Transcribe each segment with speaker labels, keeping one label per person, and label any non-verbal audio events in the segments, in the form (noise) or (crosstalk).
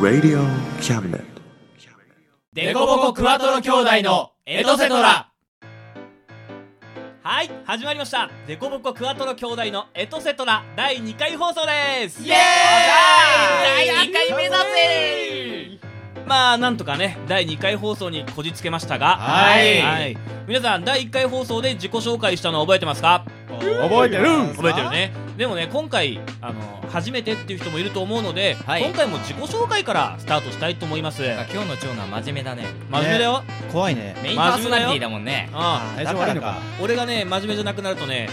Speaker 1: Radio Cabinet.
Speaker 2: デコボコクワトロ兄弟のエドセトラ
Speaker 3: はい始まりましたデコボコクワトロ兄弟のエトセトラ第2回放送です
Speaker 2: イエーイ
Speaker 3: 第2回目だぜまあなんとかね第2回放送にこじつけましたが
Speaker 2: はい
Speaker 3: 皆さん第1回放送で自己紹介したの覚えてますか
Speaker 2: 覚えてる
Speaker 3: 覚えてるねでもね今回あの初めてっていう人もいると思うので、
Speaker 4: はい
Speaker 3: 今回も自己紹介からスタートしたいと思います
Speaker 4: あ今日の長男真面目だね
Speaker 3: 真面目だよ、
Speaker 5: 怖いね
Speaker 4: メインパーソナリティだもんね
Speaker 3: ああ
Speaker 5: 体調悪いのか
Speaker 3: 俺がね真面目じゃなくなるとね、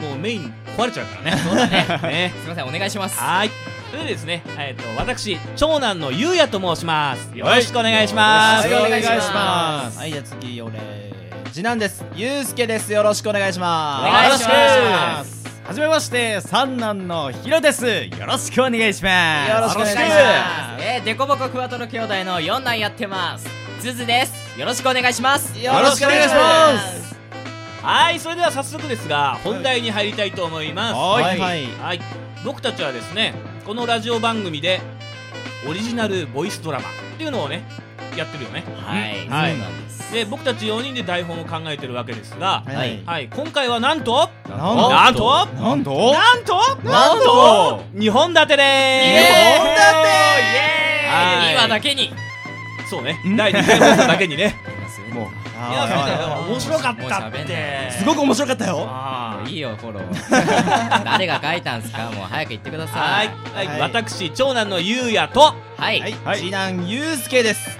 Speaker 3: もうメイン壊れちゃう
Speaker 4: (laughs)
Speaker 3: からねそう
Speaker 4: だね
Speaker 3: ね
Speaker 4: すいませんお願いします
Speaker 3: はーいそれでですね、えっと私長男のゆうやと申しますよろしくお願いします
Speaker 4: よろしくお願いします
Speaker 5: はいじゃあ次俺次男ですゆうすけですよろしくお願いします
Speaker 3: お願いします
Speaker 5: はじめまして三男のひろですよろしくお願いしますよろしくお願
Speaker 4: お
Speaker 5: いし
Speaker 4: 願い
Speaker 5: ま
Speaker 4: しますえーデコボコクワトロ兄弟の4男やってますズズですよろしくお願いします
Speaker 5: すよろしくお願いします
Speaker 3: はいそれでは早速ですが本題に入りたいと思います
Speaker 5: はい
Speaker 3: は
Speaker 5: はいい
Speaker 3: はい僕たちはですねこのラジオ番組でオリジナルボイスドラマっていうのをねやってるよね
Speaker 4: はい、
Speaker 3: うんはい
Speaker 4: そうなんです
Speaker 3: で僕たち4人で台本を考えてるわけですが
Speaker 5: は
Speaker 4: はい
Speaker 3: はい今回はなんと
Speaker 5: なん
Speaker 3: なんと
Speaker 5: なんと
Speaker 3: なんと
Speaker 5: なんと
Speaker 3: 2本立てでーす
Speaker 4: イエーイ
Speaker 3: 二
Speaker 4: はい
Speaker 3: はい
Speaker 4: 今だけに
Speaker 3: そうね
Speaker 5: ん
Speaker 3: 第2回放送だけに
Speaker 5: (laughs)
Speaker 3: ね
Speaker 5: もう
Speaker 3: いやそうだよ
Speaker 5: あ
Speaker 3: 面白かったっ
Speaker 4: もう喋んな
Speaker 3: て
Speaker 5: すごく面白かったよ
Speaker 3: あ
Speaker 4: い
Speaker 3: ー
Speaker 4: いよフォロー誰が書いたんすかもう早く言ってくだ
Speaker 3: は
Speaker 4: さ
Speaker 3: い
Speaker 4: い
Speaker 3: はい、
Speaker 5: はい
Speaker 3: 私長男のゆうやと
Speaker 4: はい、
Speaker 5: はい次男ゆうすけです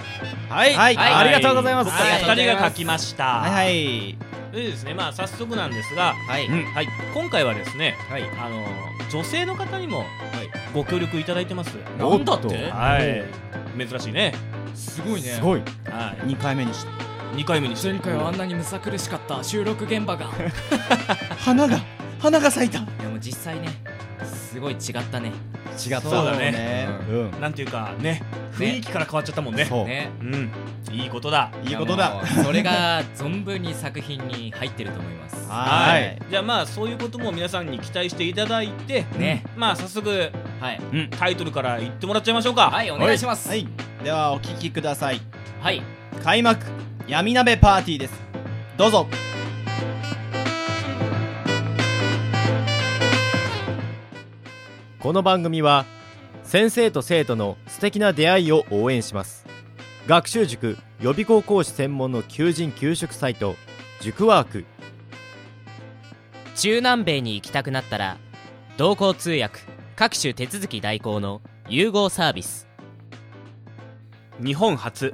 Speaker 5: はい
Speaker 4: はい
Speaker 5: ありがとうございます
Speaker 4: は
Speaker 3: 2
Speaker 4: い
Speaker 3: 人が書きました
Speaker 5: はいはい
Speaker 3: でですねまあ早速なんですが、
Speaker 4: はい
Speaker 5: うん
Speaker 3: はい、今回はですね、
Speaker 5: はい
Speaker 3: あの女性の方にもご協力いただいてます
Speaker 5: なんだって
Speaker 3: はい珍しいね
Speaker 6: すごいね
Speaker 5: すごい
Speaker 3: は
Speaker 5: 二回目にして
Speaker 3: い2回目にして
Speaker 6: 前回はあんなにむさ苦しかった収録現場が
Speaker 5: 花が花が咲いた違
Speaker 4: でも実際ねすごい違ったね
Speaker 5: った
Speaker 3: そうだね
Speaker 5: うん
Speaker 3: なんていうかね雰囲気から変わっちゃったもんね
Speaker 5: そう
Speaker 4: ね
Speaker 3: うんいいことだ
Speaker 5: いいことだ
Speaker 4: やもうそれが存分に作品に入ってると思います
Speaker 5: (laughs)
Speaker 4: (laughs)
Speaker 5: はい
Speaker 3: じゃあまあそういうことも皆さんに期待していただいて
Speaker 4: ね
Speaker 3: まあ早速
Speaker 4: はい
Speaker 3: タイトルから言ってもらっちゃいましょうか
Speaker 4: はいお願いします
Speaker 5: はいではお聞きください
Speaker 4: はい
Speaker 5: 開幕闇鍋パーティーですどうぞ
Speaker 7: この番組は先生と生徒の素敵な出会いを応援します学習塾予備校講師専門の求人・給食サイト塾ワーク
Speaker 8: 中南米に行きたくなったら同行通訳各種手続き代行の融合サービス
Speaker 3: 日本初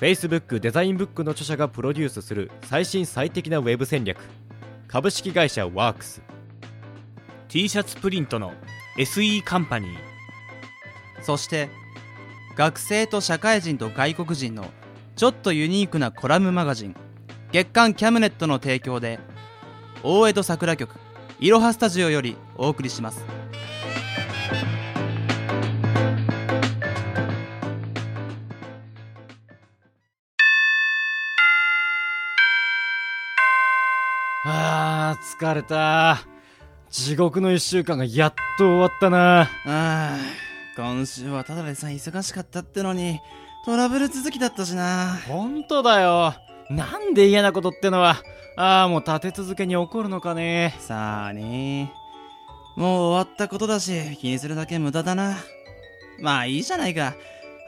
Speaker 7: Facebook デザインブックの著者がプロデュースする最新最適なウェブ戦略株式会社ワークス
Speaker 3: T シャツプリントの SE カンパニー
Speaker 5: そして学生と社会人と外国人のちょっとユニークなコラムマガジン月刊キャムネットの提供で大江戸桜局いろはスタジオよりお送りします
Speaker 7: あー疲れた地獄の1週間がやっと終わったな
Speaker 5: あー今週は田辺さん忙しかったってのにトラブル続きだったしな
Speaker 7: 本当だよなんで嫌なことってのはああもう立て続けに起こるのかね
Speaker 5: さあねもう終わったことだし気にするだけ無駄だなまあいいじゃないか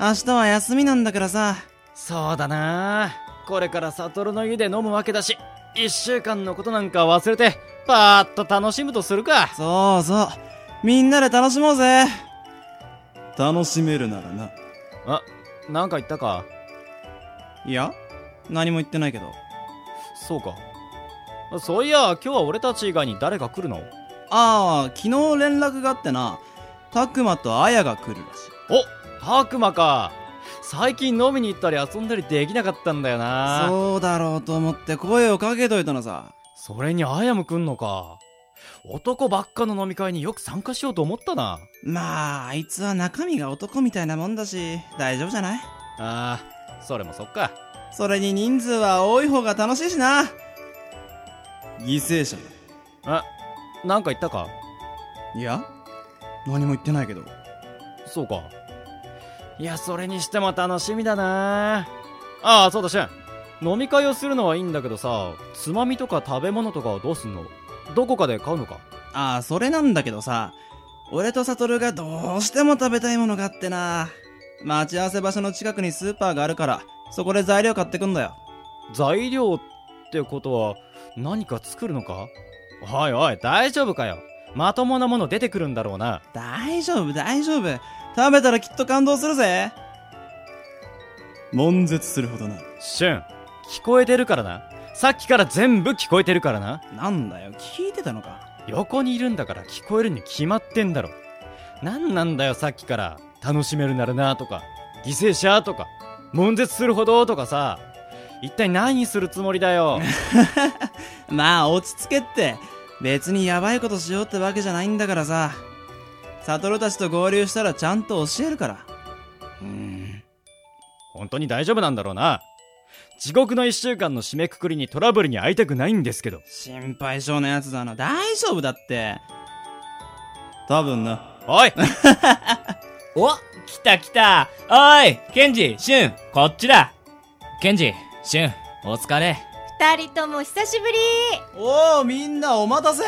Speaker 5: 明日は休みなんだからさ
Speaker 7: そうだなこれから悟の湯で飲むわけだし1週間のことなんか忘れてパーッと楽しむとするか
Speaker 5: そうそうみんなで楽しもうぜ楽しめるならな
Speaker 7: あなんか言ったか
Speaker 5: いや何も言ってないけど
Speaker 7: そうかそういや今日は俺たち以外に誰が来るの
Speaker 5: ああ昨日連絡があってなたくまとあやが来るらしい
Speaker 7: たくまか最近飲みに行ったり遊んだりできなかったんだよな
Speaker 5: そうだろうと思って声をかけといたのさ
Speaker 7: それにあやも来んのか男ばっかの飲み会によく参加しようと思ったな
Speaker 5: まああいつは中身が男みたいなもんだし大丈夫じゃない
Speaker 7: あーそれもそっか
Speaker 5: それに人数は多い方が楽しいしな犠牲者
Speaker 7: なんか言ったか
Speaker 5: いや何も言ってないけど
Speaker 7: そうかいやそれにしても楽しみだなああそうだしゅん飲み会をするのはいいんだけどさつまみとか食べ物とかはどうすんのどこかで買うのか
Speaker 5: ああそれなんだけどさ俺とサトルがどうしても食べたいものがあってな待ち合わせ場所の近くにスーパーがあるからそこで材料買ってくんだよ
Speaker 7: 材料ってことは何か作るのかおいおい大丈夫かよまともなもの出てくるんだろうな
Speaker 5: 大丈夫大丈夫食べたらきっと感動するぜ悶絶するほどな
Speaker 7: しゅん聞こえてるからなさっきから全部聞こえてるからな
Speaker 5: なんだよ聞いてたのか
Speaker 7: 横にいるんだから聞こえるに決まってんだろ何なんだよさっきから楽しめるならなとか犠牲者とか悶絶するほどとかさ一体何するつもりだよ
Speaker 5: まあ落ち着けって別にヤバいことしようってわけじゃないんだからさサトルたちと合流したらちゃんと教えるからうーん
Speaker 7: 本当に大丈夫なんだろうな地獄の1週間の締めくくりにトラブルに会いたくないんですけど
Speaker 5: 心配性なやつだな大丈夫だって多分な
Speaker 7: おい
Speaker 3: お来た来たおーいケンジシュンこっちだ
Speaker 4: ケンジシュンお疲れ
Speaker 9: 二人とも久しぶり
Speaker 5: おおみんなお待たせ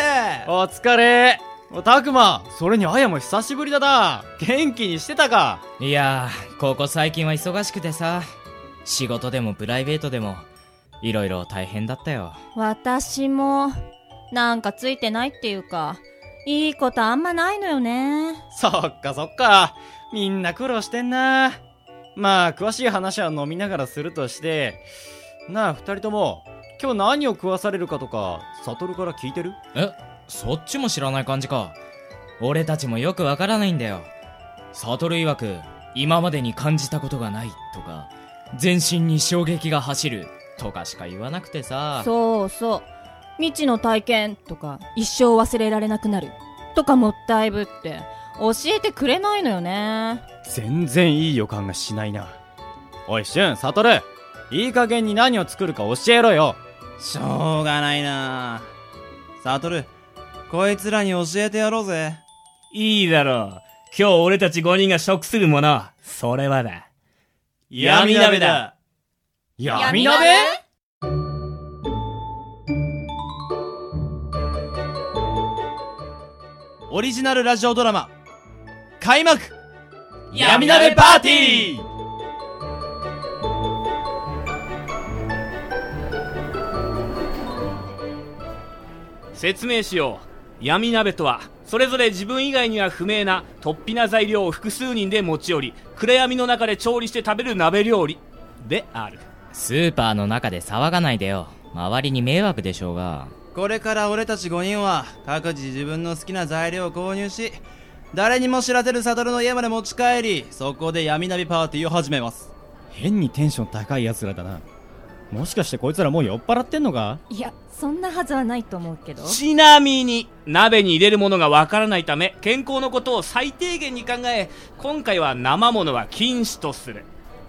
Speaker 7: お疲れおたくまそれにあやも久しぶりだな元気にしてたか
Speaker 4: いやーここ最近は忙しくてさ仕事でもプライベートでもいろいろ大変だったよ
Speaker 9: 私もなんかついてないっていうかいいことあんまないのよね
Speaker 7: そっかそっか。みんな苦労してんな。まあ、詳しい話は飲みながらするとして、なあ、二人とも、今日何を食わされるかとか、サトルから聞いてる
Speaker 4: そっちも知らない感じか俺たちもよくわからないんだよサトル曰く今までに感じたことがないとか全身に衝撃が走るとかしか言わなくてさ
Speaker 9: そうそう未知の体験とか一生忘れられなくなるとかもったいぶって教えてくれないのよね
Speaker 7: 全然いい予感がしないな。おい、シュン、サトル、いい加減に何を作るか教えろよ。
Speaker 5: しょうがないなサトルこいつらに教えてやろうぜ
Speaker 3: いいだろう今日俺たち5人が食するものそれはだ
Speaker 7: 闇鍋だ闇鍋
Speaker 5: オリジナルラジオドラマ開幕
Speaker 3: 闇鍋パーティー説明しよう闇鍋とはそれぞれ自分以外には不明な突飛な材料を複数人で持ち寄り暗闇の中で調理して食べる鍋料理である
Speaker 4: スーパーの中で騒がないでよ周りに迷惑でしょうが
Speaker 5: これから俺たち5人は各自自分の好きな材料を購入し誰にも知らせるサトルの家まで持ち帰りそこで闇ナビパーティーを始めます
Speaker 7: 変にテンション高い奴らだな。もしかしてこいつらもう酔っ払ってんのか
Speaker 9: いやそんなはずはないと思うけど
Speaker 3: ちなみに鍋に入れるものがわからないため健康のことを最低限に考え今回は生ものは禁止とする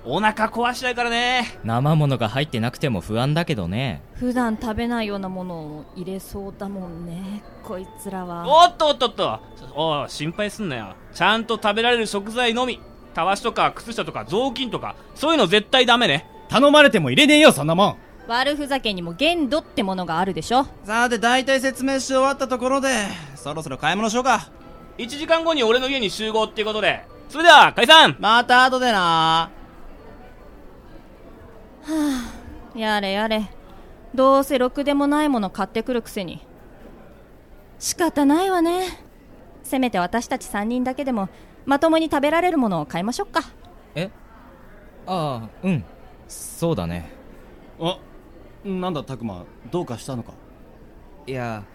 Speaker 3: お腹壊しないからね
Speaker 4: 生ものが入ってなくても不安だけどね
Speaker 9: 普段食べないようなものを入れそうだもんねこいつらは
Speaker 3: おっとおっとっとおい心配すんなよちゃんと食べられる食材のみたわしとか靴下とか雑巾とかそういうの絶対ダメね
Speaker 7: 頼まれても入れねえよ、そんなもん。
Speaker 9: 悪ふざけにも限度ってものがあるでしょ
Speaker 5: さて大体説明し終わったところでそろそろ買い物しようか
Speaker 3: 1時間後に俺の家に集合っていうことでそれでは解散
Speaker 5: また後でな
Speaker 9: やれやれどうせろくでもないもの買ってくるくせに仕方ないわねせめて私たち3人だけでもまともに食べられるものを買いましょうか
Speaker 4: ああうんそうだね
Speaker 7: あ、なんだ、たくま、どうかしたのか
Speaker 4: いや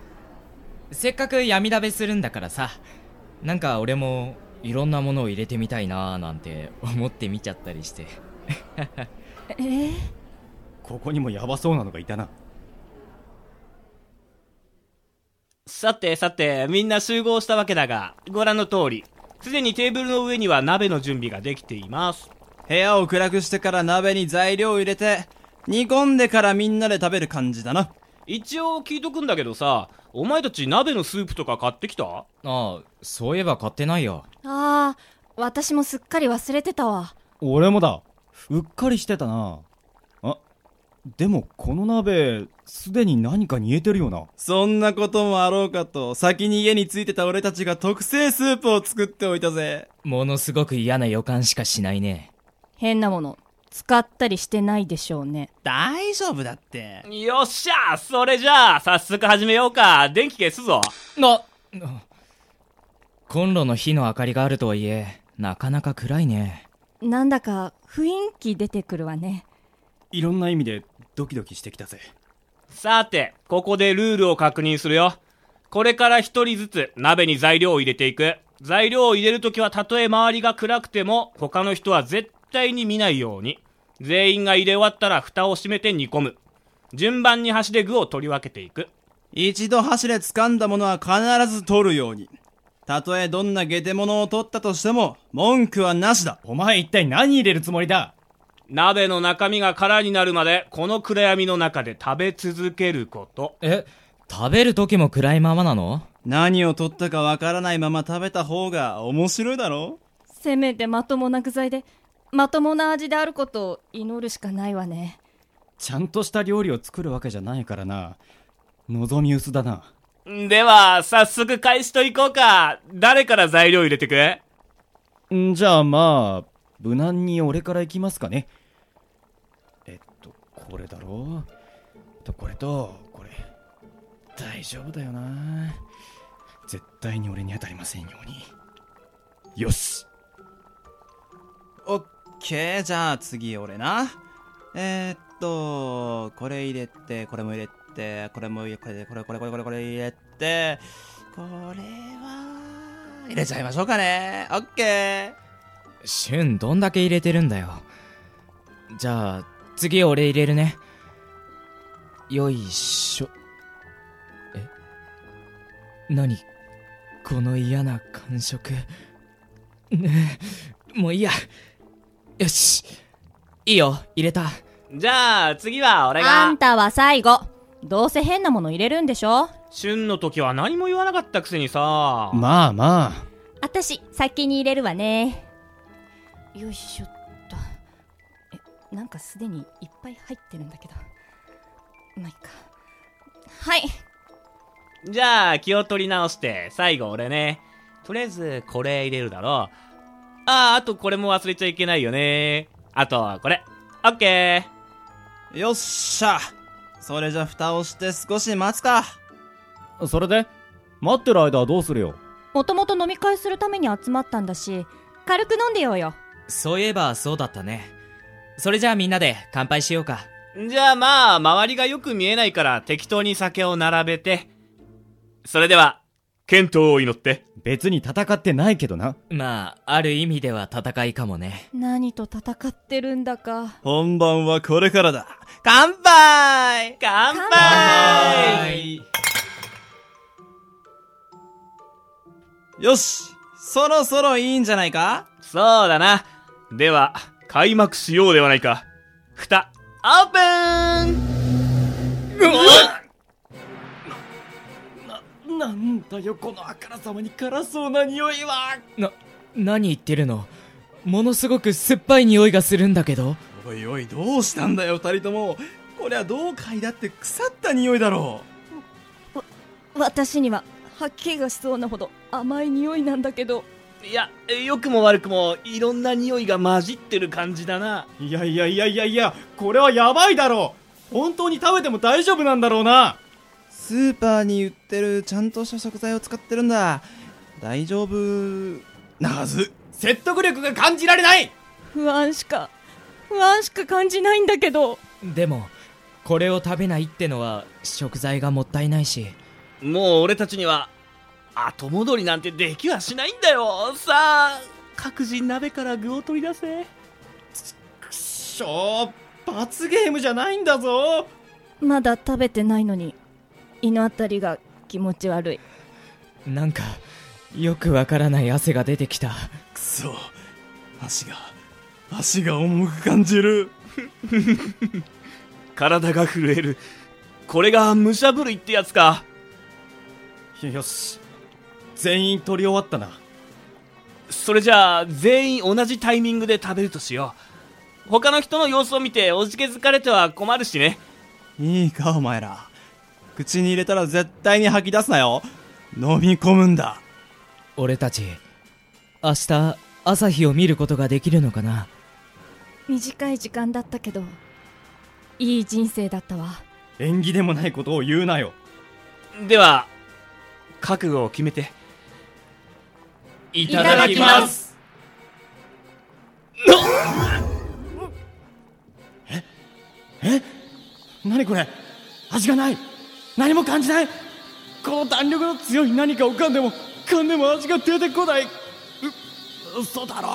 Speaker 4: せっかく闇食べするんだからさなんか俺もいろんなものを入れてみたいなーなんて (laughs) 思ってみちゃったりして
Speaker 9: えー、
Speaker 7: ここにもヤバそうなのがいたな
Speaker 3: さてさて、みんな集合したわけだが、ご覧の通り、すでにテーブルの上には鍋の準備ができています。
Speaker 5: 部屋を暗くしてから鍋に材料を入れて煮込んでからみんなで食べる感じだな
Speaker 3: 一応聞いとくんだけどさ、お前たち鍋のスープとか買ってきた
Speaker 4: ああそういえば買ってないよ
Speaker 9: ああ私もすっかり忘れてたわ
Speaker 7: 俺もだうっかりしてたなあでもこの鍋すでに何か煮えてるよな
Speaker 5: そんなこともあろうかと先に家に着いてた俺たちが特製スープを作っておいたぜ
Speaker 4: ものすごく嫌な予感しかしないね
Speaker 9: 変なもの使ったりしてないでしょうね
Speaker 5: 大丈夫だって
Speaker 3: よっしゃそれじゃあ、早速始めようか。電気消すぞ。
Speaker 4: ななコンロの火の明かりがあるとはいえなかなか暗いね
Speaker 9: なんだか雰囲気出てくるわね
Speaker 7: いろんな意味でドキドキしてきたぜ
Speaker 3: さて、ここでルールを確認するよ。これから一人ずつ鍋に材料を入れていく。材料を入れるときはたとえ周りが暗くても他の人は絶対に見ないように。全員が入れ終わったら蓋を閉めて煮込む。順番に箸で具を取り分けていく。
Speaker 5: 一度箸で掴んだものは必ず取るようにたとえどんな下手物を取ったとしても文句はなしだ
Speaker 7: お前一体何入れるつもりだ
Speaker 3: 鍋の中身が空になるまでこの暗闇の中で食べ続けること。
Speaker 4: え食べる時も暗いままなの
Speaker 5: 何を取ったかわからないまま食べた方が面白いだろ
Speaker 9: せめてまともな具材でまともな味であることを祈るしかないわね
Speaker 7: ちゃんとした料理を作るわけじゃないからな望み薄だな
Speaker 3: では、早速開始といこうか。誰から材料入れてく
Speaker 7: んじゃあまあ無難に俺から行きますかねえっとこれだろとこれとこれ大丈夫だよな絶対に俺に当たりませんようによし
Speaker 5: オッケーじゃあ次俺なえー、っとこれ入れてこれも入れてこれも入れこれこれこれこれこれこれ入れてこれは入れちゃいましょうかねオッケー
Speaker 4: シュンどんだけ入れてるんだよじゃあ次俺入れるねよいしょえ何この嫌な感触ねえもういいやよしいいよ入れた
Speaker 3: じゃあ、次は俺が。
Speaker 9: あんたは最後どうせ変なもの入れるんでしょ
Speaker 3: 旬の時は何も言わなかったくせにさ、
Speaker 7: まあまあ
Speaker 9: 私先に入れるわねよいしょっとえなんかすでにいっぱい入ってるんだけどまあいいかはい
Speaker 3: じゃあ気を取り直して最後俺ねとりあえずこれ入れるだろうあああとこれも忘れちゃいけないよねあとはこれオッケー
Speaker 5: よっしゃそれじゃ蓋をして少し待つか
Speaker 10: それで待ってる間はどうするよ
Speaker 9: もともと飲み会するために集まったんだし軽く飲んでようよ
Speaker 4: そういえばそうだったねそれじゃあみんなで乾杯しようか
Speaker 3: じゃあまあ周りがよく見えないから適当に酒を並べてそれでは健闘を祈って
Speaker 7: 別に戦ってないけどな
Speaker 4: まあある意味では戦いかもね
Speaker 9: 何と戦ってるんだか
Speaker 5: 本番はこれからだ乾杯
Speaker 3: 乾杯
Speaker 5: よしそろそろいいんじゃないか
Speaker 3: そうだなでは開幕しようではないか蓋オープン
Speaker 7: なんだよこのあからさまに辛そうな匂いは
Speaker 4: な何言ってるのものすごく酸っぱい匂いがするんだけど
Speaker 5: おいおいどうしたんだよ二人ともこりゃどう嗅いだって腐った匂いだろ
Speaker 9: 私には吐き気がしそうなほど甘い匂いなんだけど
Speaker 3: いや、良くも悪くも、いろんな匂いが混じってる感じだな。
Speaker 7: いやいやいやいやいやこれはやばいだろう本当に食べても大丈夫なんだろうな
Speaker 5: うスーパーに売ってるちゃんとした食材を使ってるんだ大丈夫なはず
Speaker 7: 説得力が感じられない
Speaker 9: 不安しか不安しか感じないんだけど
Speaker 4: でもこれを食べないってのは食材がもったいないし
Speaker 3: もう俺たちには、後戻りなんてできはしないんだよさあ各自鍋から具を取り出せ
Speaker 7: くっしょー罰ゲームじゃないんだぞ
Speaker 9: まだ食べてないのに胃のあたりが気持ち悪い
Speaker 11: なんかよくわからない汗が出てきた
Speaker 4: くそ足が足が重く感じる
Speaker 3: (laughs) 体が震えるこれが武者震いってやつか
Speaker 7: よし全員取り終わったな
Speaker 3: それじゃあ全員同じタイミングで食べるとしよう他の人の様子を見ておじけづかれては困るしね
Speaker 5: いいかお前ら口に入れたら絶対に吐き出すなよ飲み込むんだ
Speaker 11: 俺たち明日朝日を見ることができるのかな
Speaker 9: 短い時間だったけどいい人生だったわ
Speaker 7: 縁起でもないことを言うなよ
Speaker 3: では覚悟を決めて
Speaker 12: いただきます
Speaker 7: ええ何これ味がない何も感じないこの弾力の強い何かを噛んでも噛んでも味が出てこないう
Speaker 4: 嘘だろ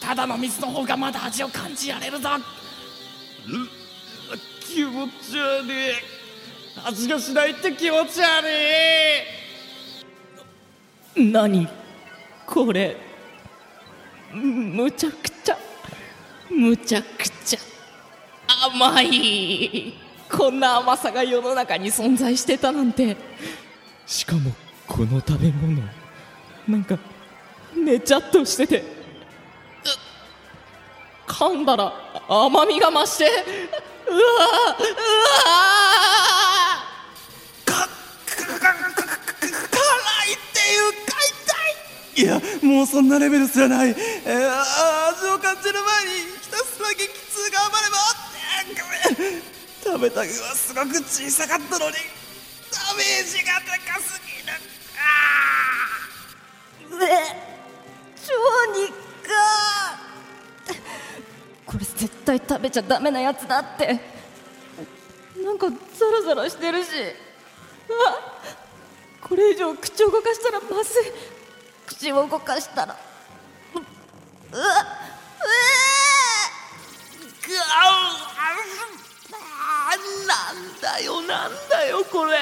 Speaker 4: ただの水の方がまだ味を感じられるぞ
Speaker 7: 気持ち悪い味がしないって気持ち悪
Speaker 4: い何これむちゃくちゃむちゃくちゃ甘いこんな甘さが世の中に存在してたなんて
Speaker 11: しかもこの食べ物なんか
Speaker 4: ねちゃっとしてて噛んだら甘みが増してうわうわ
Speaker 5: かかかかかか辛いっていうか痛いいやもうそんなレベルすらない、えー、味を感じる前にひたすら激痛が暴れば食べた具はすごく小さかったのにダメージがでかすぎる
Speaker 9: あね超にかこれ絶対食べちゃダメなやつだってなんかザラザラしてるしあこれ以上口を動かしたらまずい口を動かしたらうわうわ
Speaker 13: なんだよなんだよこれ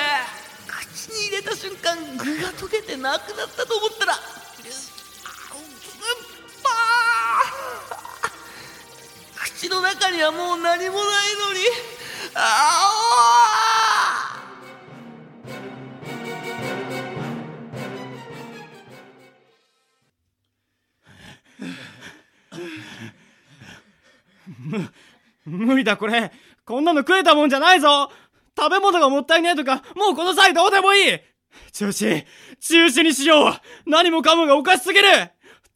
Speaker 13: 口に入れた瞬間具が溶けてなくなったと思ったら口の中にはもう何もないのにあ
Speaker 7: む無理だこれこんなの食えたもんじゃないぞ食べ物がもったいないとかもうこの際どうでもいい中止中止にしよう何もかもがおかしすぎる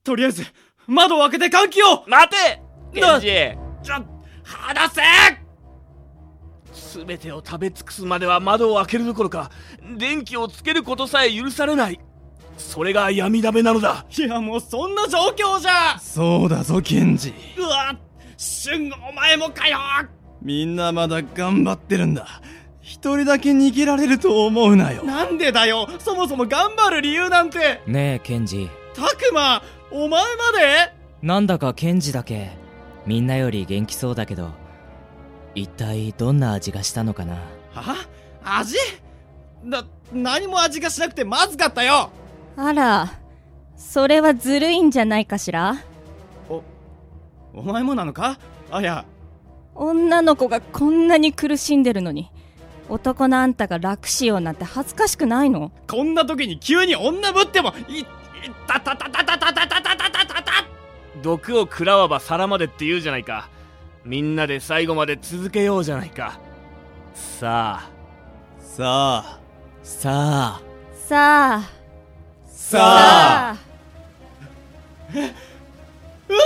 Speaker 7: とりあえず窓を開けて換気を
Speaker 3: 待てケン
Speaker 7: ちょ話せ
Speaker 3: 全てを食べ尽くすまでは窓を開けるどころか電気をつけることさえ許されないそれが闇鍋なのだ
Speaker 7: いやもうそんな状況じゃ
Speaker 5: そうだぞケンジ
Speaker 7: うわ俊お前もかよ
Speaker 5: みんなまだ頑張ってるんだ一人だけ逃げられると思うなよ
Speaker 7: なんでだよそもそも頑張る理由なんて
Speaker 11: ねえケンジ
Speaker 7: たくまお前まで
Speaker 11: なんだかケンジだけみんなより元気そうだけど一体どんな味がしたのかな
Speaker 7: は味な何も味がしなくてまずかったよ
Speaker 9: あらそれはずるいんじゃないかしら
Speaker 7: おお前もなのかあや
Speaker 9: 女の子がこんなに苦しんでるのに男のあんたが楽しようなんて恥ずかしくないの
Speaker 7: こんな時に急に女ぶってもいったたたたたたたたたたたた
Speaker 3: 毒を食らわば皿までって言うじゃないかみんなで最後まで続けようじゃないかさあ
Speaker 5: さあ
Speaker 11: さあ
Speaker 9: さあ
Speaker 5: さあ
Speaker 7: うわ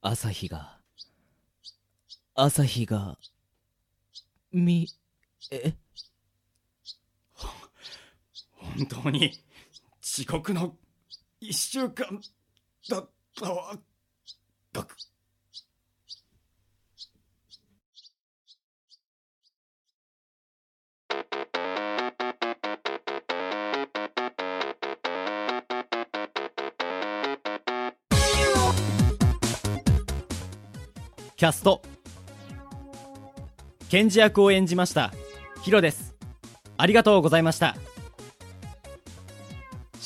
Speaker 11: 朝日が
Speaker 6: 朝日がみえ
Speaker 14: 本当に地獄の一週間だったわガク
Speaker 7: キャストケンジ役を演じましたヒロですありがとうございました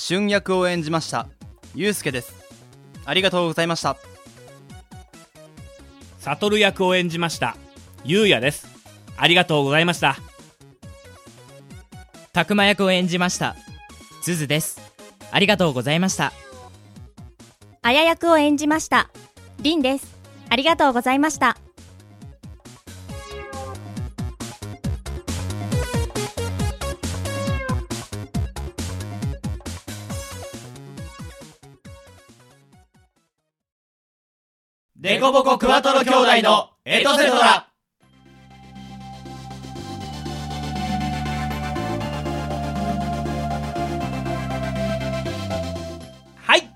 Speaker 5: 春役を演じましたゆうすけですありがとうございました
Speaker 3: サトル役を演じましたゆうやですありがとうございました
Speaker 8: たくま役を演じましたすずですありがとうございました
Speaker 9: あや役を演じましたりんですありがとうございました
Speaker 15: デコボコクワトロ兄弟のエトセトラ
Speaker 3: はい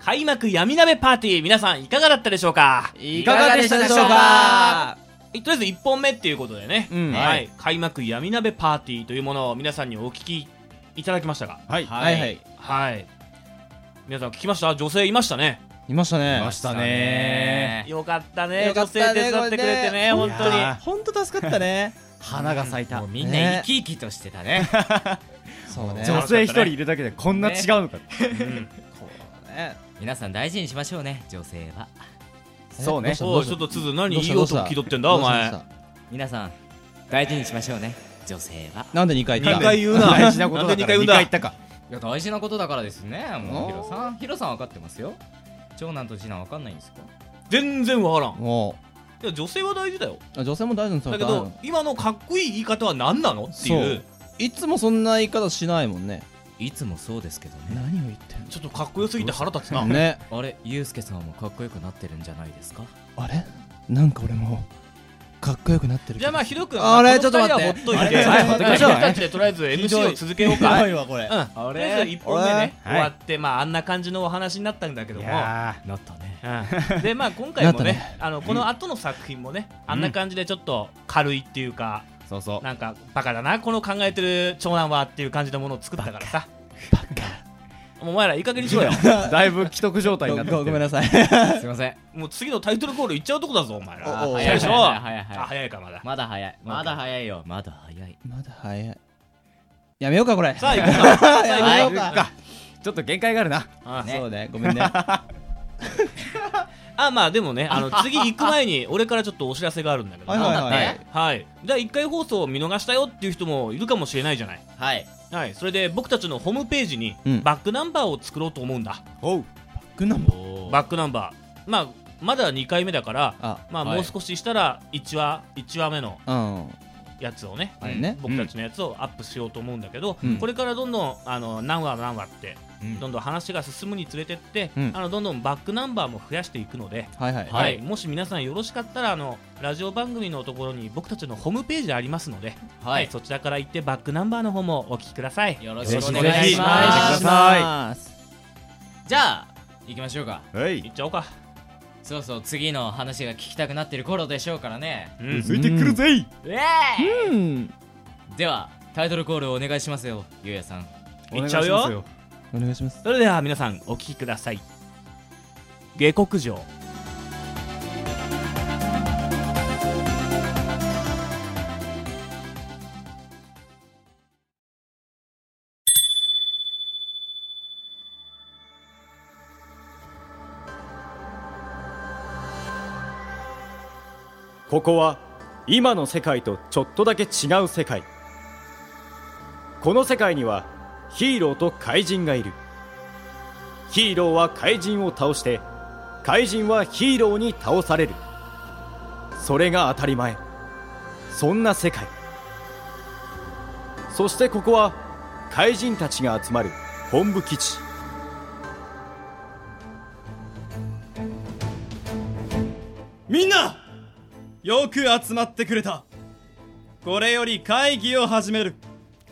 Speaker 3: 開幕闇鍋パーティー皆さんいかがだったでしょうか
Speaker 15: いかがでしたでしょうか
Speaker 3: とりあえず1本目っていうことでね、
Speaker 15: うん
Speaker 3: はい
Speaker 15: はい
Speaker 3: 開幕闇鍋パーティーというものを皆さんにお聞きいただきましたが
Speaker 14: はいはいはい
Speaker 3: はい皆さん聞きました女性いましたね
Speaker 14: いましたね
Speaker 3: いましたねよかったね
Speaker 15: よかったね
Speaker 3: 女性手伝ってくれてね
Speaker 15: こ
Speaker 3: 本
Speaker 15: れね
Speaker 3: 当に
Speaker 15: いやー
Speaker 3: 本
Speaker 14: 当助かったね花が咲いた
Speaker 15: もう
Speaker 3: みんな生
Speaker 15: き生きとしてた
Speaker 11: (laughs)
Speaker 15: ねそうね
Speaker 14: 女性一人いるだけでこんな違うのか
Speaker 8: 皆さん大事にしましょうね女性は
Speaker 14: そうね
Speaker 3: おいちょっとつづ何いい男気取ってんだお前
Speaker 8: 皆さん大事にしましょうね女性は
Speaker 5: なんで2回
Speaker 8: 言った
Speaker 5: 二回言うな大事なことだからなんで二回言うんだ二回言ったか
Speaker 8: いや大事なことだからですねもう
Speaker 5: お
Speaker 8: ヒロさんヒロさん分かってますよ長男と次男分かんないんですか
Speaker 3: 全然わからん
Speaker 5: も
Speaker 3: いや女性は大事だよ
Speaker 5: う女性も大丈夫
Speaker 3: だけど今のかっこいい言い方は何なのっていう
Speaker 5: いつもそんな言い方しないもんね
Speaker 8: いつもそうですけどね
Speaker 5: 何を言ってんの
Speaker 3: ちょっとかっこよすぎて腹立つな
Speaker 5: ね
Speaker 8: あれユうスケさんもかっこよくなってるんじゃないですか
Speaker 5: あれなんか俺もかっこよくなってる
Speaker 3: じゃあまあひどく
Speaker 5: あれちょっと待って
Speaker 3: ほっといて
Speaker 5: あれちょっと待って
Speaker 3: はい
Speaker 5: ちょっと待
Speaker 3: 俺
Speaker 5: って
Speaker 3: たちでとりあえず
Speaker 5: ひど
Speaker 3: MC
Speaker 5: い
Speaker 3: を続けようか
Speaker 5: ひどいわこれ
Speaker 3: うん
Speaker 5: あ
Speaker 3: と
Speaker 5: れ
Speaker 3: りあえず1本目ね
Speaker 5: あ
Speaker 3: 終
Speaker 5: れ
Speaker 3: わってまああんな感じのお話になったんだけども
Speaker 8: やなったね
Speaker 3: うんでまあ今
Speaker 5: (laughs)
Speaker 3: 回
Speaker 8: な
Speaker 3: も
Speaker 8: った
Speaker 3: ね
Speaker 8: ね
Speaker 3: あのこの後の作品もねあんな感じでちょっと軽いっていうか
Speaker 7: そうそう
Speaker 3: なんかバカだなこの考えてる長男はっていう感じのものを作ったからさバカお前らいい加減にしろよ
Speaker 7: だいぶ既得状態になってき
Speaker 5: ご
Speaker 7: てる
Speaker 5: ごめんなさい
Speaker 3: すいませんもう次のタイトルコールいっちゃうとこだぞお前ら
Speaker 8: おお
Speaker 3: 早いでしょ
Speaker 8: 早い早い早い
Speaker 3: あ早いかまだ
Speaker 8: まだ早いまだ早いよまだ早い
Speaker 5: まだ早いやめようかこれ
Speaker 3: さあ行
Speaker 8: (laughs)
Speaker 5: こ
Speaker 3: くかさあ
Speaker 5: やめよ
Speaker 3: 行
Speaker 5: う
Speaker 3: く
Speaker 5: か
Speaker 3: か
Speaker 7: ちょっと限界があるな
Speaker 5: そうねご (laughs) めんね
Speaker 3: あまあでもね
Speaker 8: (laughs)
Speaker 3: あの次行く前に俺からちょっとお知らせがあるんだけど
Speaker 5: はいはいは
Speaker 3: な
Speaker 5: い
Speaker 3: んだってはいじゃあ1回放送を見逃したよっていう人もいるかもしれないじゃない
Speaker 8: はい
Speaker 3: はいそれで僕たちのホームページに
Speaker 5: うん
Speaker 3: バックナンバーを作ろうと思うんだ
Speaker 5: おうバックナンバー
Speaker 3: バックナンバーまあまだ2回目だから
Speaker 5: あ
Speaker 3: まあ
Speaker 5: はい
Speaker 3: もう少ししたら1話1話目の
Speaker 5: うん
Speaker 3: やつをね
Speaker 5: あれね
Speaker 3: 僕たちのやつをアップしようと思うんだけど、
Speaker 5: うん
Speaker 3: これからどんどんあの何話何話って、
Speaker 5: うん
Speaker 3: どんどん話が進むにつれてって、
Speaker 5: うん
Speaker 3: あのどんどんバックナンバーも増やしていくので、
Speaker 5: はいはい
Speaker 3: もし皆さんよろしかったらあのラジオ番組のところに僕たちのホームページありますので、
Speaker 8: はい
Speaker 3: そちらから行ってバックナンバーの方もお聞きください
Speaker 8: よろ
Speaker 5: しくお願
Speaker 8: いします
Speaker 3: ぜひぜひ見てください
Speaker 8: じゃあ行きましょうか
Speaker 3: 行っちゃおうか
Speaker 8: そうそう次の話が聞きたくなってる頃でしょうからね
Speaker 3: うん
Speaker 8: つ
Speaker 7: ついてくるぜ
Speaker 8: うえーではタイトルコールをお願いしますよゆうやさん
Speaker 3: 行っちゃうよ
Speaker 5: お願いします
Speaker 3: それでは皆さんお聞きください下克上
Speaker 7: ここは今の世界とちょっとだけ違う世界この世界にはヒーローと怪人がいるヒーローは怪人を倒して怪人はヒーローに倒されるそれが当たり前そんな世界そしてここは怪人たちが集まる本部基地
Speaker 15: みんな
Speaker 5: よく集まってくれたこれより会議を始める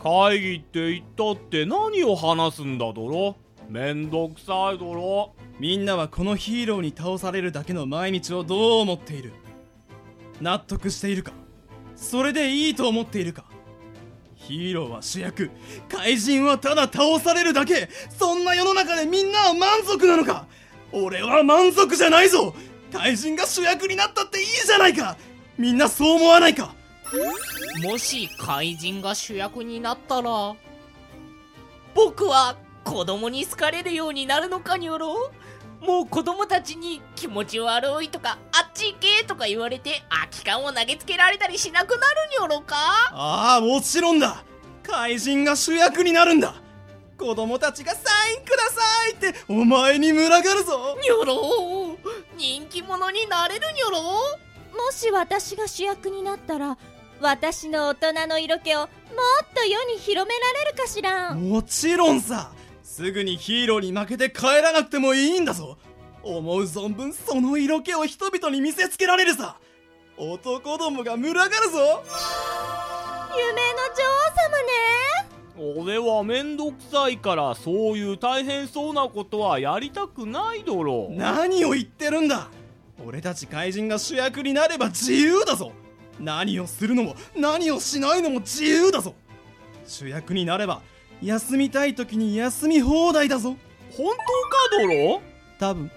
Speaker 3: 会議って言ったって何を話すんだドロめんどくさいドロ
Speaker 5: みんなはこのヒーローに倒されるだけの毎日をどう思っている納得しているかそれでいいと思っているかヒーローは主役怪人はただ倒されるだけそんな世の中でみんなは満足なのか俺は満足じゃないぞ怪人が主役になったっていいじゃないかみんなそう思わないか
Speaker 4: もし怪人が主役になったら僕は子供に好かれるようになるのかにょろもう子供たちに気持ち悪いとかあっち行けとか言われて空き缶を投げつけられたりしなくなるにょろか
Speaker 5: ああもちろんだ怪人が主役になるんだ子供たちがサインくださいってお前に群がるぞ
Speaker 4: にょろ人気者になれるにょろ
Speaker 9: もし私が主役になったら私の大人の色気をもっと世に広められるかしら
Speaker 5: もちろんさすぐにヒーローに負けて帰らなくてもいいんだぞ思う存分その色気を人々に見せつけられるさ男どもが群がるぞ
Speaker 9: 夢の
Speaker 3: 女王様ね俺はめんどくさいからそういう大変そうなことはやりたくないだろ
Speaker 5: 何を言ってるんだ俺たち怪人が主役になれば自由だぞ何をするのも何をしないのも自由だぞ主役になれば休みたい時に休み放題だぞ
Speaker 3: 本当かドロ
Speaker 5: 多分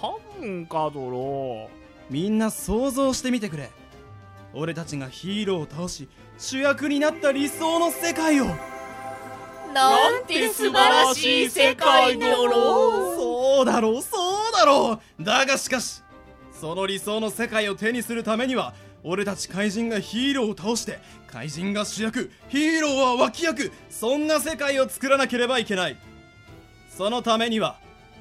Speaker 3: 多分かドロ
Speaker 5: みんな想像してみてくれ俺たちがヒーローを倒し主役になった理想の世界を
Speaker 4: なんて素晴らしい世界だろ
Speaker 5: うそうだろうそうだろうだがしかしその理想の世界を手にするためには俺たち怪人がヒーローを倒して怪人が主役ヒーローは脇役そんな世界を作らなければいけないそのためには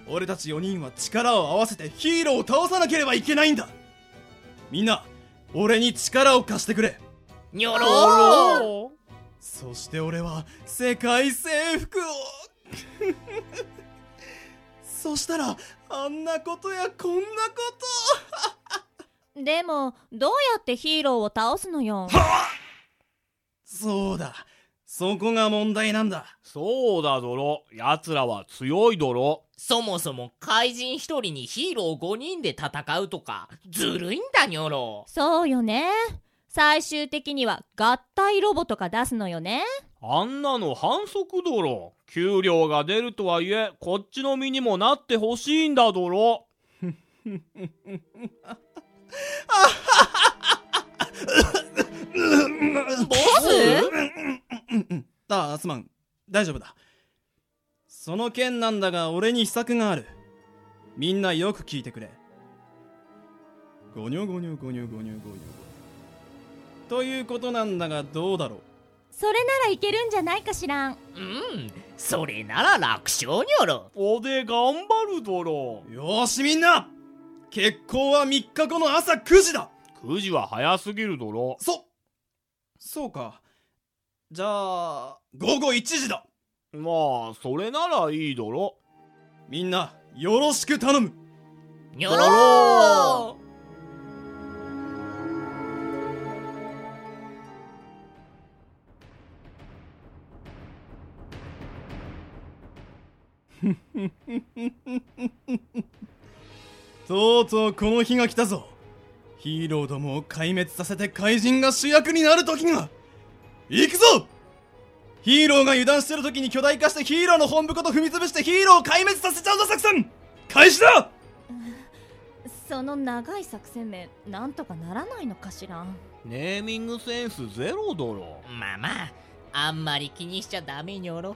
Speaker 5: 俺たち4人は力を合わせてヒーローを倒さなければいけないんだみんな俺に力を貸してくれ
Speaker 4: にょろ
Speaker 5: そして俺は世界征服を (laughs) そしたらあんなことやこんなこと
Speaker 9: でもどうやってヒーローを倒すのよ
Speaker 5: そうだそこが問題なんだ
Speaker 3: そうだドロ奴らは強いドロ
Speaker 4: そもそも怪人1人にヒーロー5人で戦うとかずるいんだニョロ
Speaker 9: そうよね最終的には合体ロボとか出すのよね
Speaker 3: あんなの反則だろ給料が出るとはいえこっちの身にもなってほしいんだどろ
Speaker 4: ボ
Speaker 5: スああすまん大丈夫だその件なんだが俺に秘策があるみんなよく聞いてくれゴニョゴニョゴニョゴニョゴニョということなんだがどうだろう
Speaker 9: それならいけるんじゃないかしらん
Speaker 4: うんそれなら楽勝にょろ
Speaker 3: おで頑張るだろ
Speaker 5: よしみんな決行は3日後の朝9時だ
Speaker 3: 9時は早すぎるだろ
Speaker 5: そそうかじゃあ午後1時だ
Speaker 3: まあそれならいいだろ
Speaker 5: みんなよろしく頼む
Speaker 4: にょろ
Speaker 5: とうとうこの日が来たぞヒーローどもを壊滅させて怪人が主役になる時が行くぞヒーローが油断してる時に巨大化してヒーローの本部ごと踏み潰してヒーローを壊滅させちゃうぞ作戦開始だ
Speaker 9: その長い作戦名なんとかならないのかしら
Speaker 3: ネーミングセンスゼロだろ
Speaker 4: まあまああんまり気にしちゃダメにょろ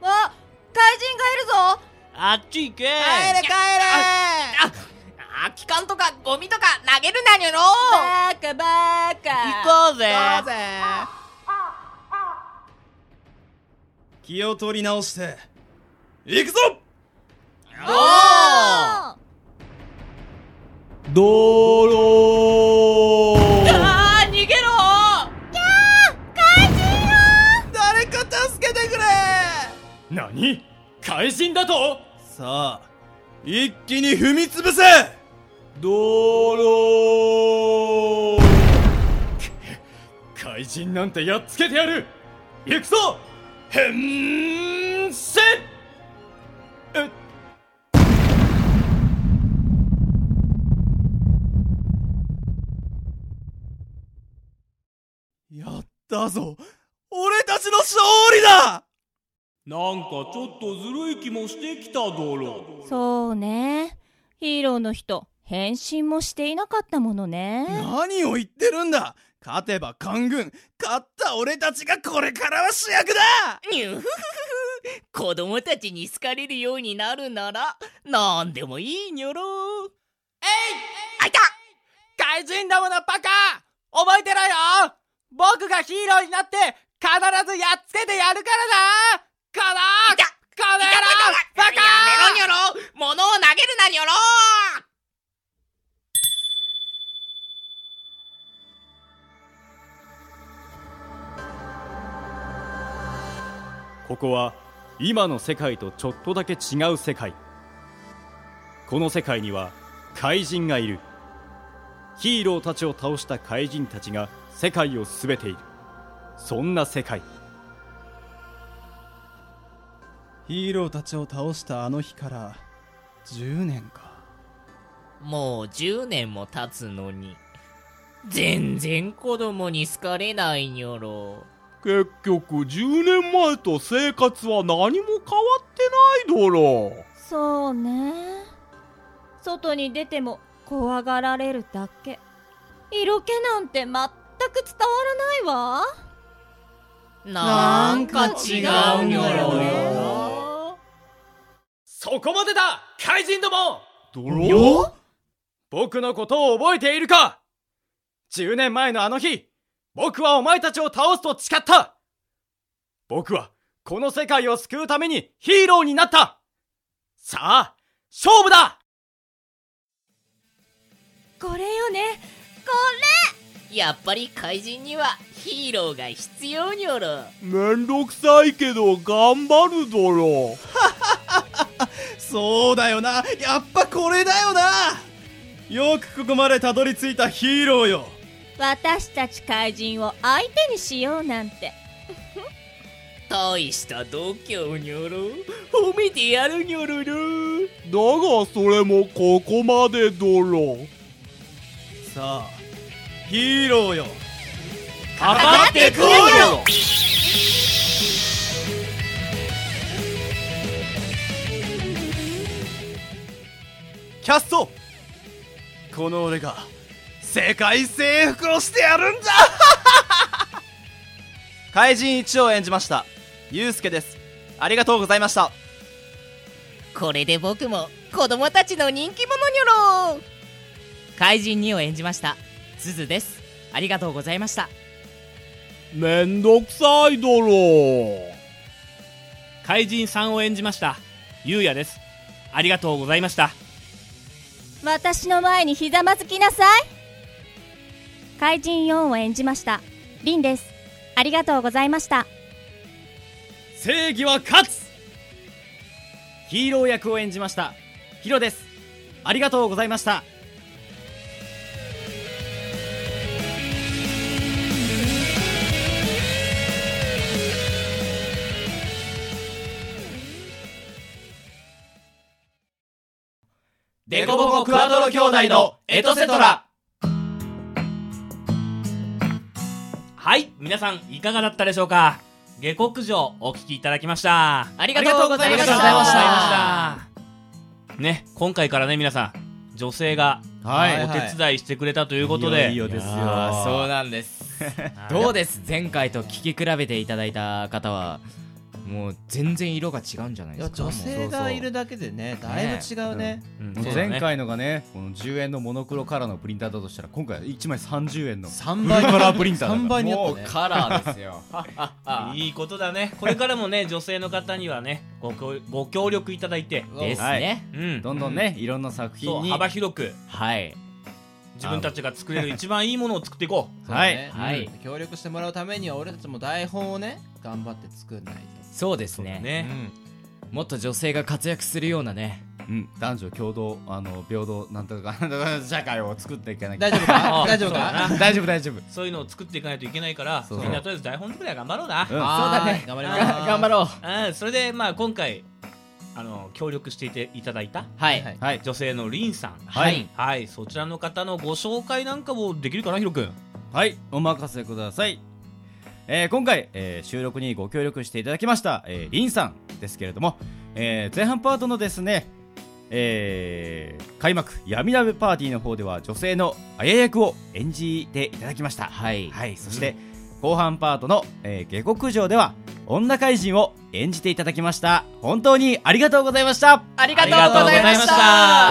Speaker 9: あ怪人がいるぞ
Speaker 3: あっち行け帰
Speaker 13: れ帰れ
Speaker 4: あ空き缶とかゴミとか投げるなにょろ
Speaker 9: バカバカ
Speaker 4: 行こうぜ
Speaker 13: 行こうぜ
Speaker 5: 気を取り直して行くぞ
Speaker 4: お
Speaker 16: お道路
Speaker 3: (laughs)
Speaker 4: あー逃げろ
Speaker 9: キャー怪人よ
Speaker 13: 誰か助けてくれ
Speaker 17: 何怪人だと
Speaker 5: さあ一気に踏みつぶせ
Speaker 16: 道路
Speaker 18: 怪人なんてやっつけてやる行くぞ変身
Speaker 5: やったぞ俺たちの勝利だ
Speaker 19: なんかちょっとずるい気もしてきたドロ
Speaker 9: そうねヒーローの人変身もしていなかったものね
Speaker 5: 何を言ってるんだ勝てば官軍勝った俺たちがこれからは主役だ
Speaker 4: ニューフフフフ子供たちに好かれるようになるなら何でもいいにょろ
Speaker 20: えいあいた怪人どものバカ覚えてろよ僕がヒーローになって必ずやっつけてやるからなこのいたこの野郎バカ
Speaker 13: やめろにょろ物を投げるなにょろ
Speaker 7: ここは今の世界とちょっとだけ違う世界この世界には怪人がいるヒーローたちを倒した怪人たちが世界を全ているそんな世界
Speaker 5: ヒーローたちを倒したあの日から10年か
Speaker 4: もう10年も経つのに全然子供に好かれないにょろ
Speaker 19: 結局10年前と生活は何も変わってないドロ
Speaker 9: そうね外に出ても怖がられるだけ色気なんて全く伝わらない
Speaker 4: な
Speaker 9: わ
Speaker 4: んか違うにょろ
Speaker 20: そこまでだ怪人ども
Speaker 19: 泥
Speaker 20: 僕のことを覚えているか
Speaker 7: ?10 年前のあの日僕はお前たちを倒すと誓った僕はこの世界を救うためにヒーローになったさあ勝負だ
Speaker 9: これよねこ
Speaker 4: れやっぱり怪人にはヒーローが必要にょろ
Speaker 19: めんどくさいけど頑張るドロ
Speaker 5: そうだよなやっぱこれだよなよくここまでたどり着いたヒーローよ
Speaker 9: 私たち怪人を相手にしようなんて
Speaker 4: 大した度胸にょろ褒めてやるにょろろ
Speaker 19: だがそれもここまでドロ
Speaker 5: さあヒーローよ
Speaker 20: かかってこうよ
Speaker 5: キャストこの俺が世界征服をしてやるんだ
Speaker 21: 怪人一を演じましたゆうすけですありがとうございました
Speaker 4: これで僕も子供たちの人気者にょろ
Speaker 22: 怪人2を演じましたすですありがとうございました
Speaker 19: めんどくさいドロ
Speaker 3: 怪人3を演じましたゆうやですありがとうございました
Speaker 9: 私の前にひざまずきなさい怪人4を演じましたりんですありがとうございました
Speaker 20: 正義は勝つヒーロー役を演じましたヒロですありがとうございました
Speaker 13: デコボコクワトロ兄弟のエトセトラ
Speaker 3: はい皆さんいかがだったでしょうか下克上お聞きいただきました
Speaker 22: ありがとうございました
Speaker 3: ね今回からね皆さん女性が
Speaker 23: はい
Speaker 3: お手伝いしてくれたということで、
Speaker 23: いよいよですよそうなんです
Speaker 24: (laughs)
Speaker 23: どうです前回と聞き比べていただいた方はもう全然色が違うんじゃないですか
Speaker 24: 女性がいるだけでねだいぶ違うね
Speaker 23: うん
Speaker 24: そうだね
Speaker 18: 前回のがねこの10円のモノクロカラーのプリンターだとしたら今回は1枚30円の
Speaker 24: 3
Speaker 18: フルカラープリンターだから
Speaker 24: 3倍になったね
Speaker 18: もうカラーですよ
Speaker 3: (laughs) いいことだねこれからもね女性の方にはねご協ご協力いただいて
Speaker 18: ですね
Speaker 3: うん、
Speaker 18: どんどんねいろんな作品に
Speaker 3: そう幅広く
Speaker 18: はい
Speaker 3: 自分たちが作れる一番いいものを作っていこ
Speaker 5: (laughs)
Speaker 3: う
Speaker 24: そうだね協力してもらうためには俺たちも台本をね頑張って作んないと
Speaker 23: そうですねもっと女性が活躍するようなね
Speaker 7: うん、男女共同あの平等なんとかなんとか社会を作っていかなき
Speaker 5: 大
Speaker 7: ゃ
Speaker 5: 丈
Speaker 4: (laughs)
Speaker 5: 夫か
Speaker 7: あ
Speaker 5: 大丈夫か
Speaker 7: そうだな大丈夫大丈夫
Speaker 3: そういうのを作っていかないといけないから
Speaker 7: そう
Speaker 3: みんなとりあえず台本作りは頑張ろうな、
Speaker 7: んそうだね
Speaker 3: 頑張
Speaker 7: り
Speaker 3: り
Speaker 7: ま
Speaker 3: ますす
Speaker 7: 頑張ろ
Speaker 3: う、ん、それでまあ今回あの協力していていただいた、
Speaker 4: はい
Speaker 3: 女性のリンさん
Speaker 7: はい
Speaker 3: はい、はいそちらの方のご紹介なんかもできるかなヒロ君
Speaker 7: はいお任せください、えー今回、えー収録にご協力していただきました、えー、リンさんですけれども、えー前半パートのですね、えー開幕闇鍋パーティーの方では女性のあや役を演じていただきましたはい、そして後半パートの、えー下克上では女怪人を演じていただきました本当にありがとうございました
Speaker 4: ありがとうございました
Speaker 7: これ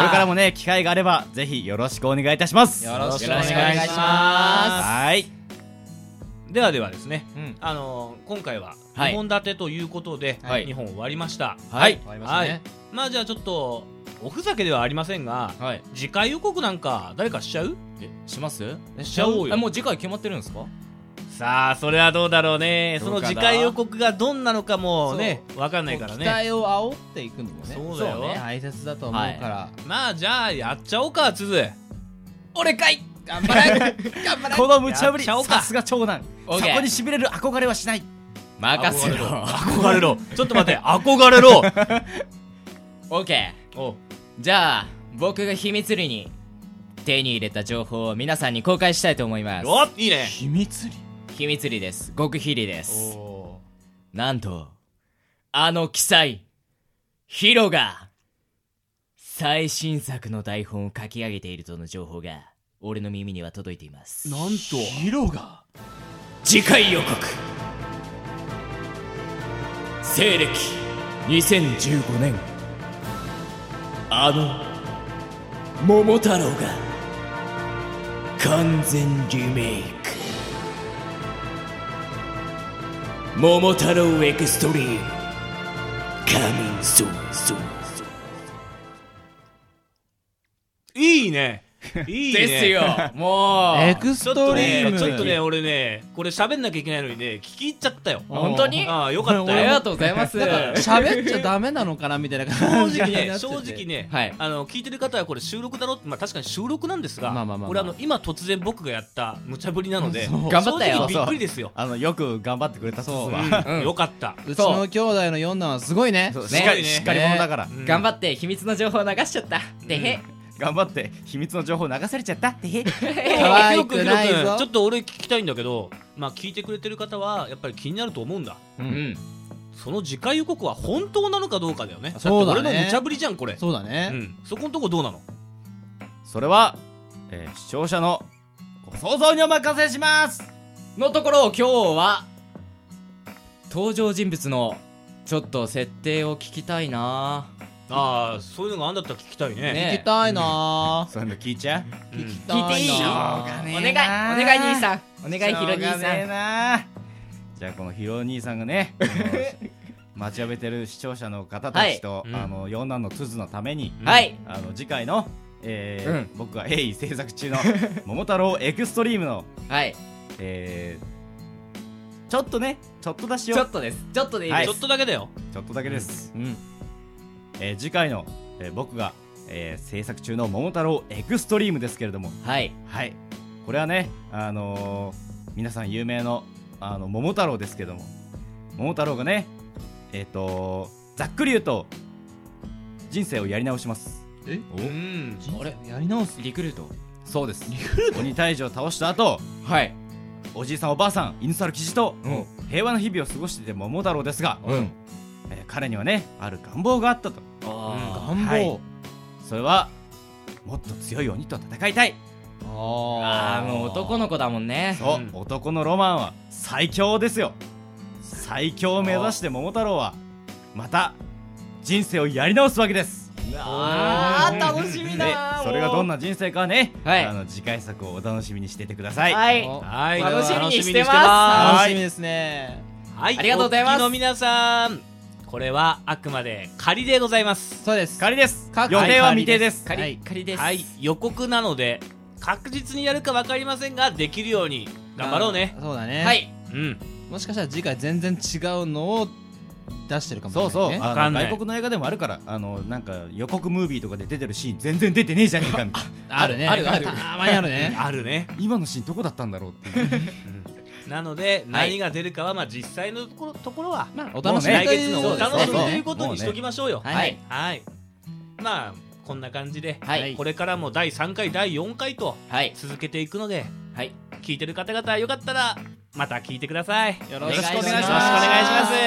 Speaker 7: からもね機会があればぜひよろしくお願いいたします
Speaker 3: よろしくお願いします
Speaker 7: はい
Speaker 3: ではではですね、あのー今回は
Speaker 7: はい
Speaker 3: 2本立てということで、
Speaker 7: は
Speaker 3: はい2本終わりました
Speaker 7: はい終わりましたね
Speaker 3: はいまあじゃあちょっとおふざけではありませんが、次回予告なんか誰かしちゃうえしますしちゃおうよ
Speaker 4: えもう次回決まってるんですか
Speaker 3: さあそれはどうだろうね
Speaker 4: ど
Speaker 3: そう
Speaker 4: か
Speaker 3: の
Speaker 4: な
Speaker 3: 次回予告がどんなのかもねわかんないから
Speaker 5: 期待
Speaker 3: ね
Speaker 5: を煽っていくのもね
Speaker 3: そうだよ
Speaker 5: ね大切だと思うから、
Speaker 3: はいまあじゃあやっちゃおうかつづ
Speaker 5: 俺かい
Speaker 3: 頑張
Speaker 4: (laughs)
Speaker 3: れ頑張れこの無茶ぶりさす
Speaker 7: が長男
Speaker 3: そ
Speaker 7: そこにしびれる憧れはしない
Speaker 3: 任せろ憧れろちょっと待って憧 (laughs) れろ
Speaker 4: (laughs) オッケ
Speaker 3: ーお
Speaker 4: じゃあ僕が秘密裏に手に入れた情報を皆さんに公開したいと思います
Speaker 3: おいいね
Speaker 4: 秘密裏秘密裏です極秘裏ですなんとあの奇才ヒロが最新作の台本を書き上げているとの情報が俺の耳には届いています
Speaker 3: なんとヒロが
Speaker 4: 次回予告西暦2015年あの桃太郎が完全リメイク桃太郎エクストリームカミンソンソン
Speaker 3: いいねいいね
Speaker 4: ですよもうエクストリーム
Speaker 3: ちょっとねちょっとね俺ねこれ喋んなきゃいけないのにね聞き入っちゃったよ
Speaker 5: 本当に
Speaker 3: ああよかったよ
Speaker 4: (laughs)
Speaker 5: なんか喋っちゃダメなのかなみたいな感じ
Speaker 3: 正直
Speaker 5: (laughs) にな
Speaker 3: ね
Speaker 5: っちゃ
Speaker 3: 正
Speaker 5: っ
Speaker 3: 直
Speaker 5: て
Speaker 3: ね、あの聞いてる方はこれ収録だろって、まあ、確かに収録なんですが、
Speaker 7: まあまあまあまあ
Speaker 3: これあの今突然僕がやった無茶ぶりなので
Speaker 7: そう
Speaker 3: 正直びっくりですよ
Speaker 7: あのよく頑張ってくれたそう
Speaker 3: うんよかった
Speaker 5: うちの兄弟の四男はすごいね
Speaker 7: そうしっかりしっかり者だからうん
Speaker 4: 頑張って秘密の情報を流しちゃったでへ
Speaker 7: 頑張って秘密の情報流されちゃったってへ
Speaker 3: 可愛くない
Speaker 7: ヒロ君ヒロ君
Speaker 3: ちょっと俺聞きたいんだけど、まあ、聞いてくれてる方はやっぱり気になると思うんだ、
Speaker 4: うん
Speaker 3: その次回予告は本当なのかどうかだよねだって
Speaker 7: そうだね
Speaker 3: 俺の無茶ぶりじゃんこれ
Speaker 5: そうだね、
Speaker 3: うんそこのとこどうなの
Speaker 7: それは、えー視聴者のご想像にお任せします
Speaker 4: のところを今日は登場人物のちょっと設定を聞きたいな
Speaker 3: ああそういうのがあんだったら聞きたいね
Speaker 4: 聞きたい
Speaker 5: な
Speaker 7: そういうの聞いちゃ
Speaker 3: う、聞き
Speaker 4: たいな聞いていい
Speaker 3: お
Speaker 4: お願いお願い兄さんお願いヒロ兄さん
Speaker 7: んじゃあこのヒロ兄さんが (laughs) ねこの待ちわびてる視聴者の方たちと、
Speaker 4: はい
Speaker 7: あの四男のつづのために、
Speaker 4: はい
Speaker 7: あの次回の、えー僕が鋭意制作 (laughs) 中の「桃太郎エクストリームの」
Speaker 4: はい
Speaker 7: えーちょっとねちょっとだしよ
Speaker 4: ちょっとですちょっとでいいです
Speaker 7: は
Speaker 4: ちょっと
Speaker 3: だけだよ
Speaker 7: ちょっとだけです、えー次回の、えー僕が、えー制作中の「桃太郎エクストリーム」ですけれども
Speaker 4: はい、
Speaker 7: はい、これはねあのー皆さん有名のあの桃太郎ですけども桃太郎がねえっ、とざっくり言うと人生をやり直します
Speaker 5: え
Speaker 3: うん
Speaker 5: あれやり直す
Speaker 4: リクルート
Speaker 7: そうです鬼退治を倒した後
Speaker 4: はい
Speaker 7: おじいさんおばあさん犬猿キジと、平和な日々を過ごしていて桃太郎ですが、えー彼にはねある願望があったと
Speaker 5: あ
Speaker 7: うん
Speaker 5: 願望
Speaker 7: はいそれはもっと強い鬼と戦いたい
Speaker 4: あーもう男の子だもんね
Speaker 7: そう、男のロマンは最強ですよ最強を目指して桃太郎はまた人生をやり直すわけです
Speaker 4: あー楽しみだ
Speaker 7: で
Speaker 4: な
Speaker 7: それがどんな人生かはね、
Speaker 4: はい
Speaker 7: あの次回作をお楽しみにしててください
Speaker 4: はい
Speaker 3: はい
Speaker 4: 楽しみにしてます
Speaker 3: はい
Speaker 5: 楽しみですね
Speaker 3: はい
Speaker 4: ありがとうござい
Speaker 3: お
Speaker 4: ます
Speaker 3: 聞きの皆さんこれはあくまで仮でございます
Speaker 5: そうです
Speaker 7: 仮です
Speaker 3: 各
Speaker 7: 予定は未定です
Speaker 3: 仮
Speaker 7: はい
Speaker 4: 仮です
Speaker 3: はい予告なので確実にやるか分かりませんができるように頑張ろうね
Speaker 5: そうだね
Speaker 3: はいうん
Speaker 5: もしかしたら次回全然違うのを
Speaker 13: 出してるかもしれ
Speaker 25: そ
Speaker 13: な
Speaker 25: う
Speaker 13: い、ね、
Speaker 25: そう、あの
Speaker 13: わかんない
Speaker 25: 外国の映画でもあるからあのなんか予告ムービーとかで出てるシーン全然出てねえじゃねえかみたいな
Speaker 13: ああるね
Speaker 25: あるある
Speaker 13: たまにあるね
Speaker 3: あるね
Speaker 25: 今のシーンどこだったんだろうっていう
Speaker 3: なので何が出るかはまあ実際のところところは
Speaker 13: お楽しみ
Speaker 3: 来月の
Speaker 13: という
Speaker 3: お楽しみ
Speaker 13: そうです
Speaker 3: と
Speaker 13: ね
Speaker 3: いうことにしときましょうよ
Speaker 13: もうねはい
Speaker 3: はいまあこんな感じで
Speaker 13: はい
Speaker 3: これからも第3回第4回と続けていくので聞いてる方々よかったらまた聞いてくださいよ
Speaker 13: ろしくお願いします
Speaker 3: よろくお願いし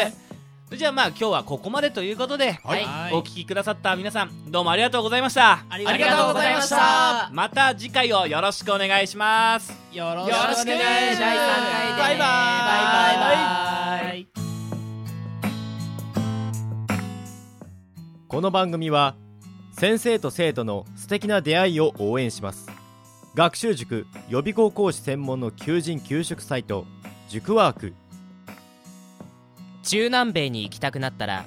Speaker 3: ますそれじゃあまあ今日はここまでということで、
Speaker 13: はいはい
Speaker 3: お聞きくださった皆さんどうもありがとうございましたあ
Speaker 13: りがとうございました
Speaker 3: また次回をよろしくお願いします
Speaker 13: よろ
Speaker 3: しくお願いします
Speaker 13: バイバイバイバイ
Speaker 7: この番組は先生と生徒の素敵な出会いを応援します学習塾予備校講師専門の求人・求職サイト塾ワーク
Speaker 4: (laughs) 中南米に行きたくなったら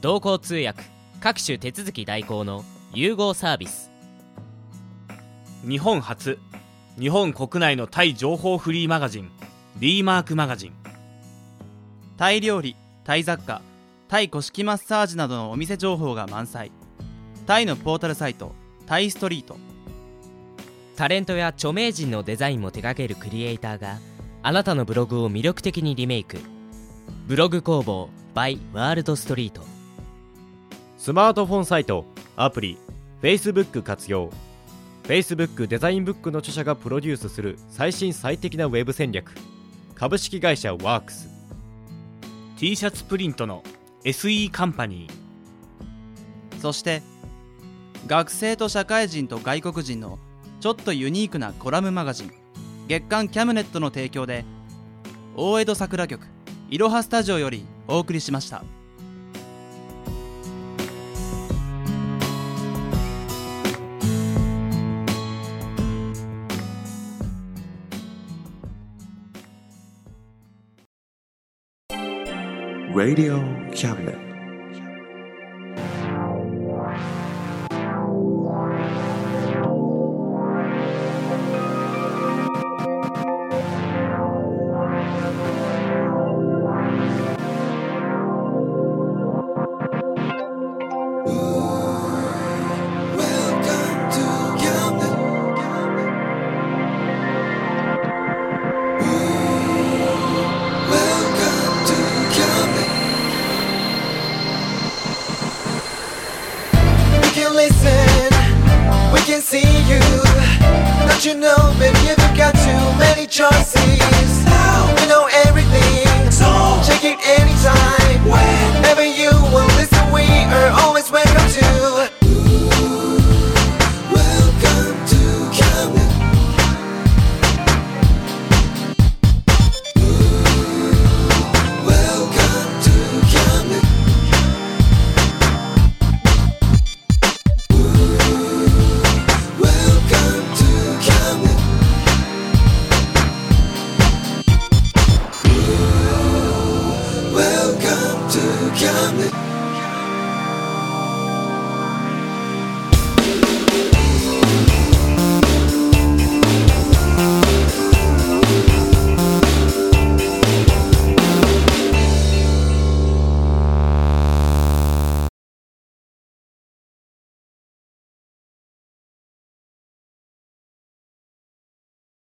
Speaker 4: 同行通訳各種手続き代行の融合サービス
Speaker 3: 日本初日本国内のタイ情報フリーマガジン D マークマガジン
Speaker 5: タイ料理タイ雑貨タイ古式マッサージなどのお店情報が満載タイのポータルサイトタイストリート
Speaker 4: タレントや著名人のデザインも手掛けるクリエイターがあなたのブログを魅力的にリメイクブログ工房 by ワールドストリート
Speaker 7: スマートフォンサイトアプリ Facebook 活用 Facebook デザインブックの著者がプロデュースする最新最適なウェブ戦略株式会社ワークス
Speaker 3: T シャツプリントの SE カンパニー
Speaker 5: そして学生と社会人と外国人のちょっとユニークなコラムマガジン月刊キャムネットの提供で大江戸桜局いろはスタジオよりお送りしました。
Speaker 26: Radio Cabinet.
Speaker 27: We can listen, we can see you. Don't you know, baby, you've got too many choices.